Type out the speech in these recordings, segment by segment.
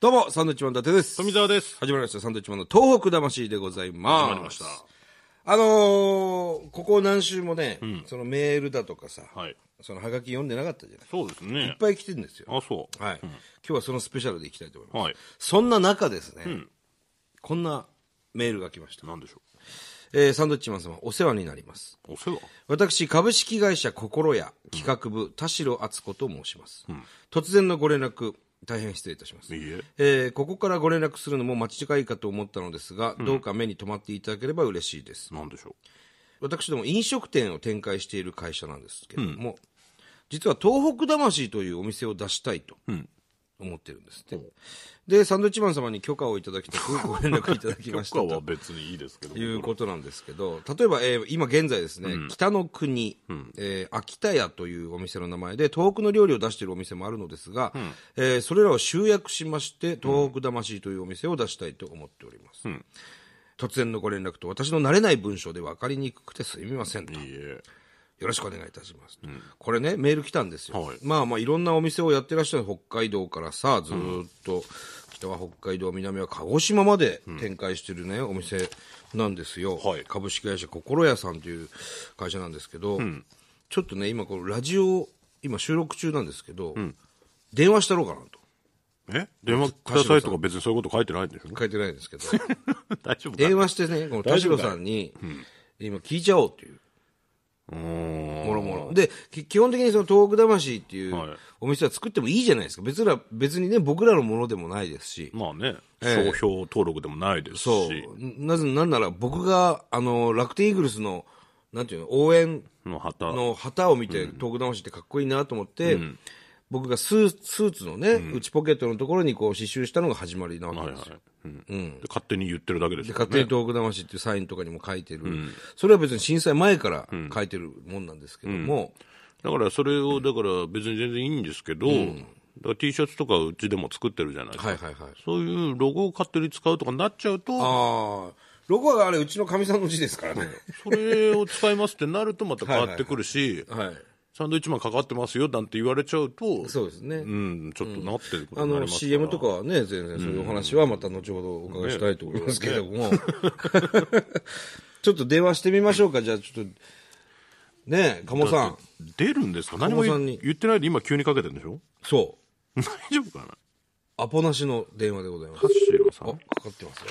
どうも、サンドウィッチマン伊達です。富澤です。始まりました、サンドウィッチマンの東北魂でございます。始まりました。あのー、ここ何週もね、そのメールだとかさ、はい。そのハガキ読んでなかったじゃない。いそうですねっ。ぱい来てるんですよ。あ、そう。はい、今日はそのスペシャルでいきたいと思います。はい。そんな中ですね、こんなメールが来ました。なんでしょえー、サンドウィッチマン様、お世話になります。う。お世話私、株式会社心屋企画部、田代敦子と申します、突然のご連絡、大変失礼いたします。いいえ。えーここからご連絡するのも間違いかと思ったのですが、どうか目に留まっていただければ嬉しいです。なんでしょ私ども飲食店を展開している会社なんですけれども、実は東北魂というお店を出したいとうん思ってるんですって。で、サンドウィッチマン様に許可をいただきたくご連絡いただきう。ました 許可と。は別にいいですけど。いうことなんですけど、例えば、えー今現在ですね、北の国、えー秋田屋というお店の名前で、東北の料理を出しているお店もあるのですが、えーそれらを集約しまして、東北魂というお店を出したいと思っております。突然のご連絡と、私の慣れない文章で分かりにくくてすみませんと。いいえ。よろしくお願いいたします。これね、メール来たんですよ。はいまあまあ、いろんなお店をやってらっしゃる北海道からさ、ずーっと、北は北海道、南は鹿児島まで展開してるね、お店なんですよ。はい株式会社心屋さんという会社なんですけど、ちょっとね、今このラジオ、今収録中なんですけど、電話したろうかなと。え電話くださいとか別にそういうこと書いてないんでし ょ書いてないん ですけど、大丈夫か電話してね、この田代さんに、今聞いちゃおうっていう。うーん。もろもろ。で、き基本的にその東北魂っていうはいお店は作ってもいいじゃないですか。別ら、別にね、僕らのものでもないですし。まあね、ええ商標登録でもないですし。そう。なぜ、なんなら僕が、あの、楽天イーグルスの、なんていうの、応援の旗。の旗を見て、東北魂ってかっこいいなと思って、僕がスースーツのね、内ポケットのところにこう刺繍したのが始まりなわけですはよ。いはい。うん。で勝手に言ってるだけですよね。勝手に東北魂っていうサインとかにも書いてる、それは別に震災前から書いてるもんなんですけども、だからそれを、だから別に全然いいんですけど、だから T シャツとかうちでも作ってるじゃないですか。はいはいはい。そういうロゴを勝手に使うとかになっちゃうと、ああ、ロゴはあれ、うちのかみさんの字ですからね。それを使いますってなるとまた変わってくるし、はい。サンドイッチマンかかってますよなんて言われちゃうと、そうですね。うん、ちょっとなってることあになりの、ますから。 CM とかはね、全然そういうお話はまた後ほどお伺いしたいと思いますけれども。 ちょっと電話してみましょうか、じゃあちょっと。ねえ、鴨さん。出るんですか何も小野さん言に言ってないで今急にかけてるんで しょそう。大丈夫かなアポなしの電話でございます田。代さあ、かん。かってますよ。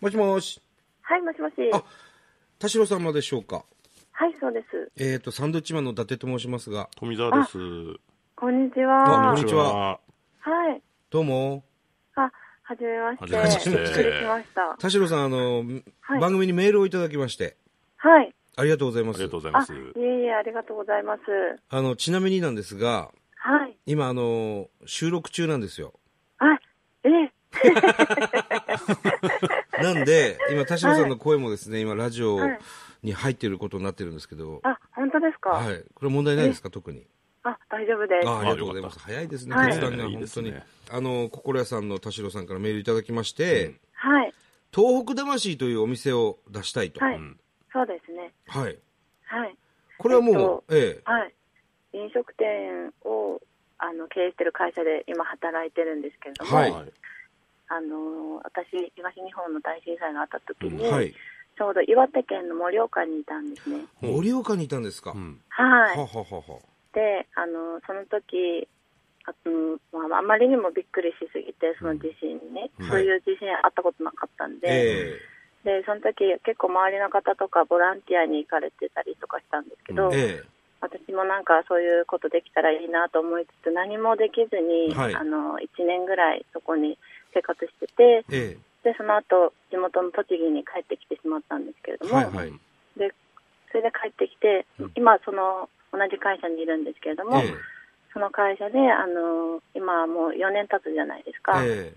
もしもし。はい、もしもし。あ田代様でしょうか。はい、そうです。えっ、と、サンドウィッチマンの伊達と申しますが。富澤です。こんにちあは。こんにちは。はい。どうも。あ、はじめまして。はじめましてびっくりしました。田代さん、あの、はい番組にメールをいただきまして、はい。ありがとうございまあす。りがとうございあ、ます。いえいえ、ありがとうございます。あの、ちなみになんですが、はい。今、あの、収録中なんですよ。あ、ええ、なんで、今、田代さんの声もですね、今、ラジオはいに入ってることになってるんですけど、あ、本当ですか、はい。これ問題ないですか、特に。あ、大丈夫です。ああはりがとうございます。早いですね、はい決断が、ええいい本です当ねに。あの、心屋さんの田代さんからメールいただきまして、い。東北魂というお店を出したいと。はい、んそうですね。はい。はい。これはもう、ええ。はい。飲食店を、あの、経営してる会社で今働いてるんですけれども、はいあの、私、東日本の大震災があった時に、はい。ちょうど岩手県の盛岡にいたんですね。盛岡にいたんですか。うんはい。はははは。であのその時あ,、うんまあ、あまりにもびっくりしすぎてその地震にね、うんそういう地震あったことなかったんで,、えでその時結構周りの方とかボランティアに行かれてたりとかしたんですけど、え。え私もなんかそういうことできたらいいなと思いつつ何もできずに、はいあの1年ぐらいそこに生活しててえ。えでその後地元の栃木に帰ってきてしまったんですけれどえ。も、はいはい。でそれで帰ってきて、今その同じ会社にいるんですけれども、ええ。その会社で、あの今はもう4年経つじゃないですか。え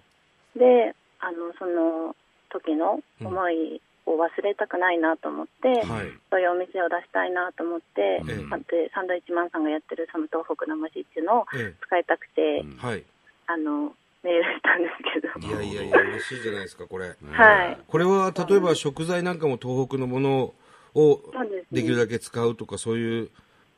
で、あのその時の思いを忘れたくないなと思って、え。はい。そういうお店を出したいなと思って、ええまあでサンドイッチマンさんがやってるその東北魂っていうのをえ使いたくて、うんえ。はい。あのメールしたんですけど。いやいやいや、嬉しいじゃないですか、これ。はい。これは例えば食材なんかも東北のものをそうですねできるだけ使うとかそういう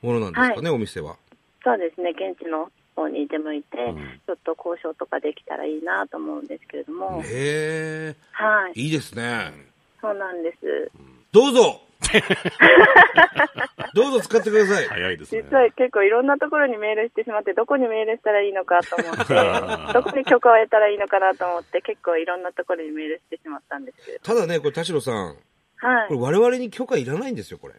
ものなんですかね、お店は。そうですね、現地の方に出向いて、ちょっと交渉とかできたらいいなと思うんですけれども、へはえい、いいですねそうなんです。どう ぞどうぞ使ってください、早いですね、実。は結構いろんなところにメールしてしまって、どこにメールしたらいいのかと思って どこに許可を得たらいいのかなと思って、結構いろんなところにメールしてしまったんですけど。ただねこれ田代さんはこれい。我々に許可いらないんですよこれ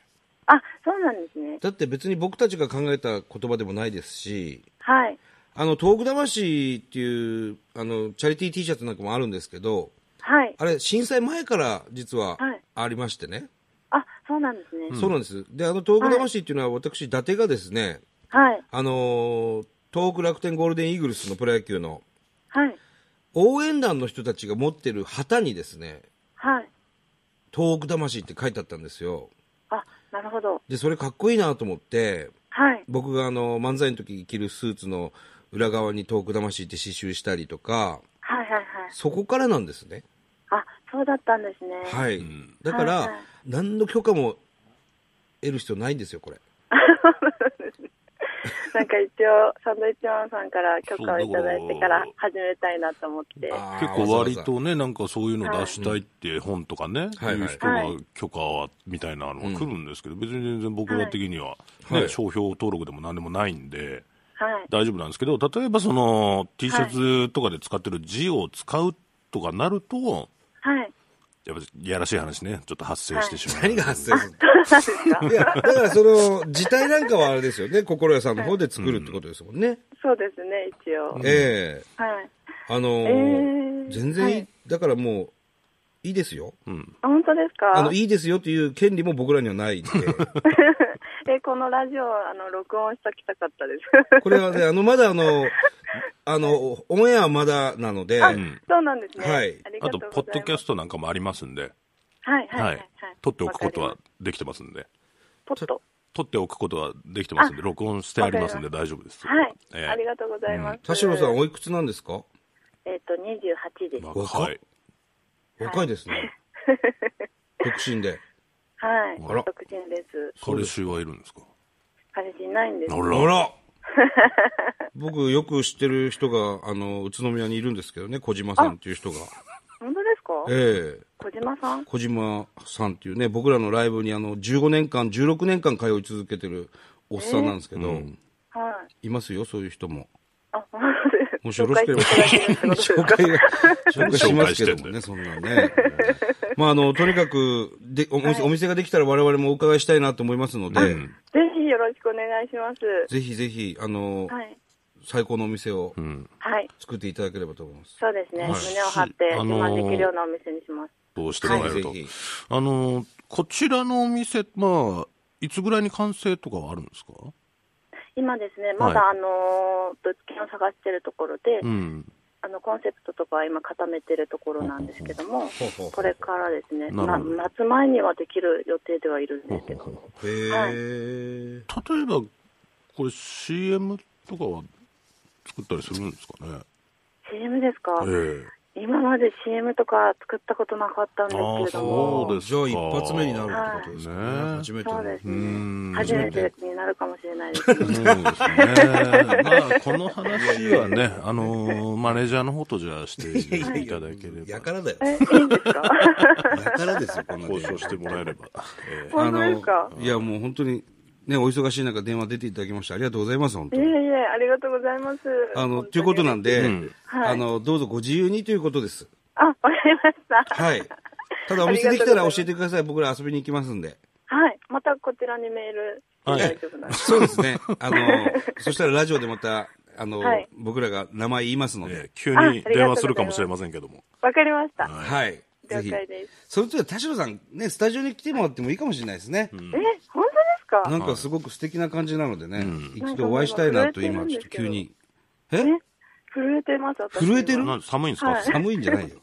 あ、そうなんですね。だって別に僕たちが考えた言葉でもないですしはい。あの東北魂っていうあのチャリティー T シャツなんかもあるんですけどはい。あれ震災前から実ははいありましてね、あ、そうなんですね。そうなんですであの東北魂っていうのは私、伊達がですねはい。あのー東北楽天ゴールデンイーグルスのプロ野球のはい。応援団の人たちが持ってる旗にですねはい。東北魂って書いてあったんですよあ、なるほど。でそれかっこいいなと思ってはい。僕があの漫才の時着るスーツの裏側に東北魂って刺繍したりとかはいはいはい。そこからなんですねあ、そうだったんですね。はい、んだから、はいはい何の許可も得る必要ないんですよこれなんか一応、サンドイッチマンさんから許可をそういだたからだいてから始めたいなと思って。はあー結構割とね、なんかそういうの出したいって本とかね、はいいう人が許可は、みたいなのが来るんですけど、別に全然僕ら的には、ねはい商標登録でも何でもないんで、い。大丈夫なんですけど、例えばその T シャツとかで使ってる字を使うとかなると、はい。やっぱやらしい話ね、ちょっと発生してしまう。何が発生するそうなんです かいや、だからその、自体なんかはあれですよね、心屋さんの方で作るってことですもんね。そうですね、一応。ええはい。あのーえー全然いい、はいだからもう、いいですよ。あ本当ですかあの、いいですよという権利も僕らにはないん で、え、このラジオ、あの、録音しときたかったです。これはね、あの、まだあの、あの、オンエアはまだなので、 そうなんですね。はいありあがと、うポごッざいドキまャす。ストなんかもありますんで、はい、はい、ははいいはい。。撮っておくことわはかりできてますんで、ます。ポッと。撮っておくことはできてますんで、録音してありますんで大丈夫です。はい、ええありがとうございます。田代さんおいくつなんですかえっ、と、28です。若い。若いです ね。独身で。はい。あら独身です。彼氏はいるんですか彼氏いないんです。ああら。ら僕よく知ってる人が、あの、宇都宮にいるんですけどね、小島さんっていう人が。本当ですかええ小島さん小島さんっていうね、僕らのライブにあの15年間、16年間通い続けてるおっさんなんですけど、はい。いますよ、そういう人も。あ、本当です。もしよろしければ、紹介していただけるってことで 紹すか介が、紹介しますけども紹ね、そんなんね。まあ、あの、とにかく、で、お店、お店ができたら我々もお伺いしたいなと思いますので、ぜひよろしくお願いします。ぜひぜひ、あの、はい。最高のお店をはい。作っていただければと思います。そうですね。はい胸を張って、あ自のー慢できるようなお店にします。どうしてもらえるとはいぜひ。あの、こちらのお店、まあ、いつぐらいに完成とかはあるんですか今ですね、まだ、はあのー物件を探してるところで、うん。あの、コンセプトとかは今固めてるところなんですけどもほうほうほう、これからですね、なま、るほど夏前にはできる予定ではいるんですけど。へー。例えば、これ CM とかは作ったりするんですかね CM ですか、ええ。今まで CM とか作ったことなかったんですけれどそも、うですかじゃあ一発目になるってことですかね。ね初めての。そうですうんね。初めてになるかもしれないですそうでね。すね。まあ、この話はね、あの、マネージャーの方とじゃあしていただけれやばか。らだよ。 え、いいんで すかやからですよ、こんな交渉してもらえれば。ええあ本当ですかの、いや、もう本当に、ね、お忙しい中電話出ていただきましてありがとうございます、本当いえいに。え、ありがとうございます。あの、本当にということなんで、んあの、どうぞご自由にということです。あ、わかりました。はい。 ただお店できたら教えてください。僕ら遊びに行きますんで。はい。またこちらにメールはい大丈夫なんですそうですね。 あの、そしたらラジオでまた、あの、はい僕らが名前言いますのええで、急に電話するかもしれませんけども。わかりました。はい。ぜ了ひ。解です。それとは田代さん、ね、スタジオに来てもらってもいいかもしれないですね。え、本当なですかんかすごく素敵な感じなのでね、一度お会いしたいなと今、ちょっと急に。ええ震えてます、私。震えてるなん寒いんですか、はい寒いんじゃないよ。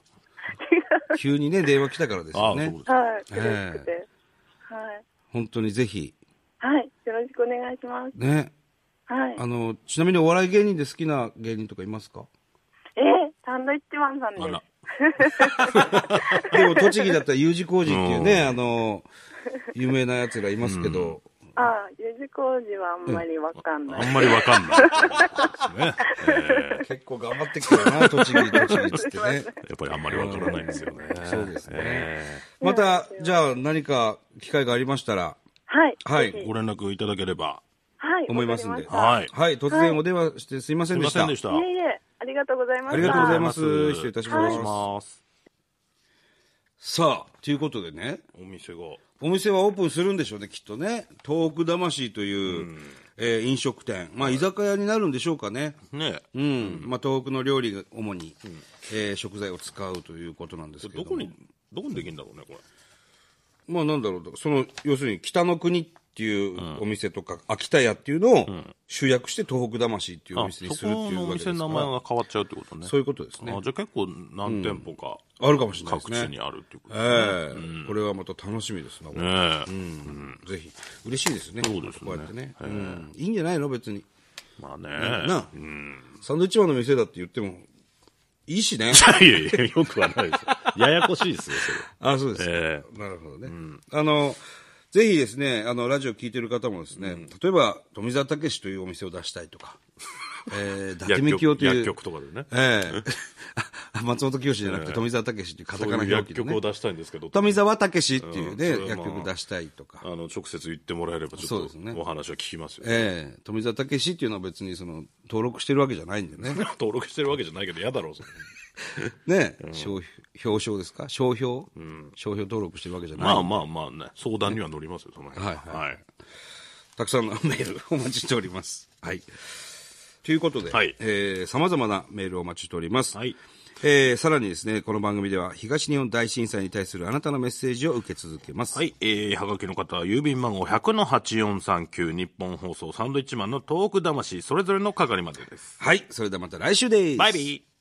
急にね、電話来たからですああ、よそうね。ですか。はい。嬉しくて。はい。本当にぜひ。はい。よろしくお願いします。ね。はい。あの、ちなみにお笑い芸人で好きな芸人とかいますかえサンドイッチマンさんです。あら。でも栃木だったら U 字工事っていうね、あの、有名なやつがいますけど、ああ、十字工事はあんまりわかんない。あんまりわか んない。ねえ結構頑張ってきたよな、栃木、栃木っつってね。ーやっぱりあんまりわからないんですよね。そうですねえまた、じゃあ何か機会がありましたら、はい。はいぜーひご連絡いただければ。はい。思いますんでわかりましはい。はい、突然お電話してすいませすんでみました。せんでした。たいえいえ、ありがとうございました。ありがとうございますはい失礼いたします失礼します。さあ、ということでね、お店が。お店はオープンするんでしょうね、きっとね。東北魂という、えー飲食店。まあ、居酒屋になるんでしょうかね。ねうん。まあ、東北の料理が主に、えー食材を使うということなんですけどど。こに、どこにできるんだろうね、これ。まあ、なんだろう。その、要するに、北の国っていうお店とか、秋田屋っていうのを集約して東北魂っていうおあ、店そにするってこいのうおわけですか店ら。の名前が変わっちゃうってことね。そういうことですねあ。じゃあ結構何店舗かあるかもしれないです各ね。地にあるっていうことえね。えこれはまた楽しみですな、ねえぜひ。嬉しいですね。そうですねこうやってね。うん。いいんじゃないの別に。まあね。 なあサンドウィッチマンの店だって言っても、いいし ね。いやいや、よくはないですよ。ややこしいですよ、それ。あ、そうですか。えなるほどね。あの、ぜひですね、あの、ラジオ聞いてる方もですね、例えば、富澤たけしというお店を出したいと か、えー、伊達みきおという。薬局とかでね。ええあ 松本清じゃなくて富澤たけしっていうカタそうカナいう表薬記で局ね。を出したいんですけど、富澤たけしっていうね、うんそれは薬まあ局出したいとかあ。の、直接言ってもらえれば、ちそうょでっすねとお話は聞きますよ。ええ富澤たけしっていうのは別にその、登録してるわけじゃないんで ね。 登録してるわけじゃないけど、嫌だろ う、それね、商標表彰ですか商標、商標登録してるわけじゃない。まあまあまあね、相談には乗りますよ、その辺はいはいはい。たくさんのメールお待ちしており ます。はい。ということで、はいえー、様々なメールをお待ちしております。はいえー、さらにですね、この番組では東日本大震災に対するあなたのメッセージを受け続けます。は。い、えー、はがきの方は郵便番号100-8439日本放送サンドイッチマンのトーク魂それぞれの係までです。はい、それではまた来週です。バイビー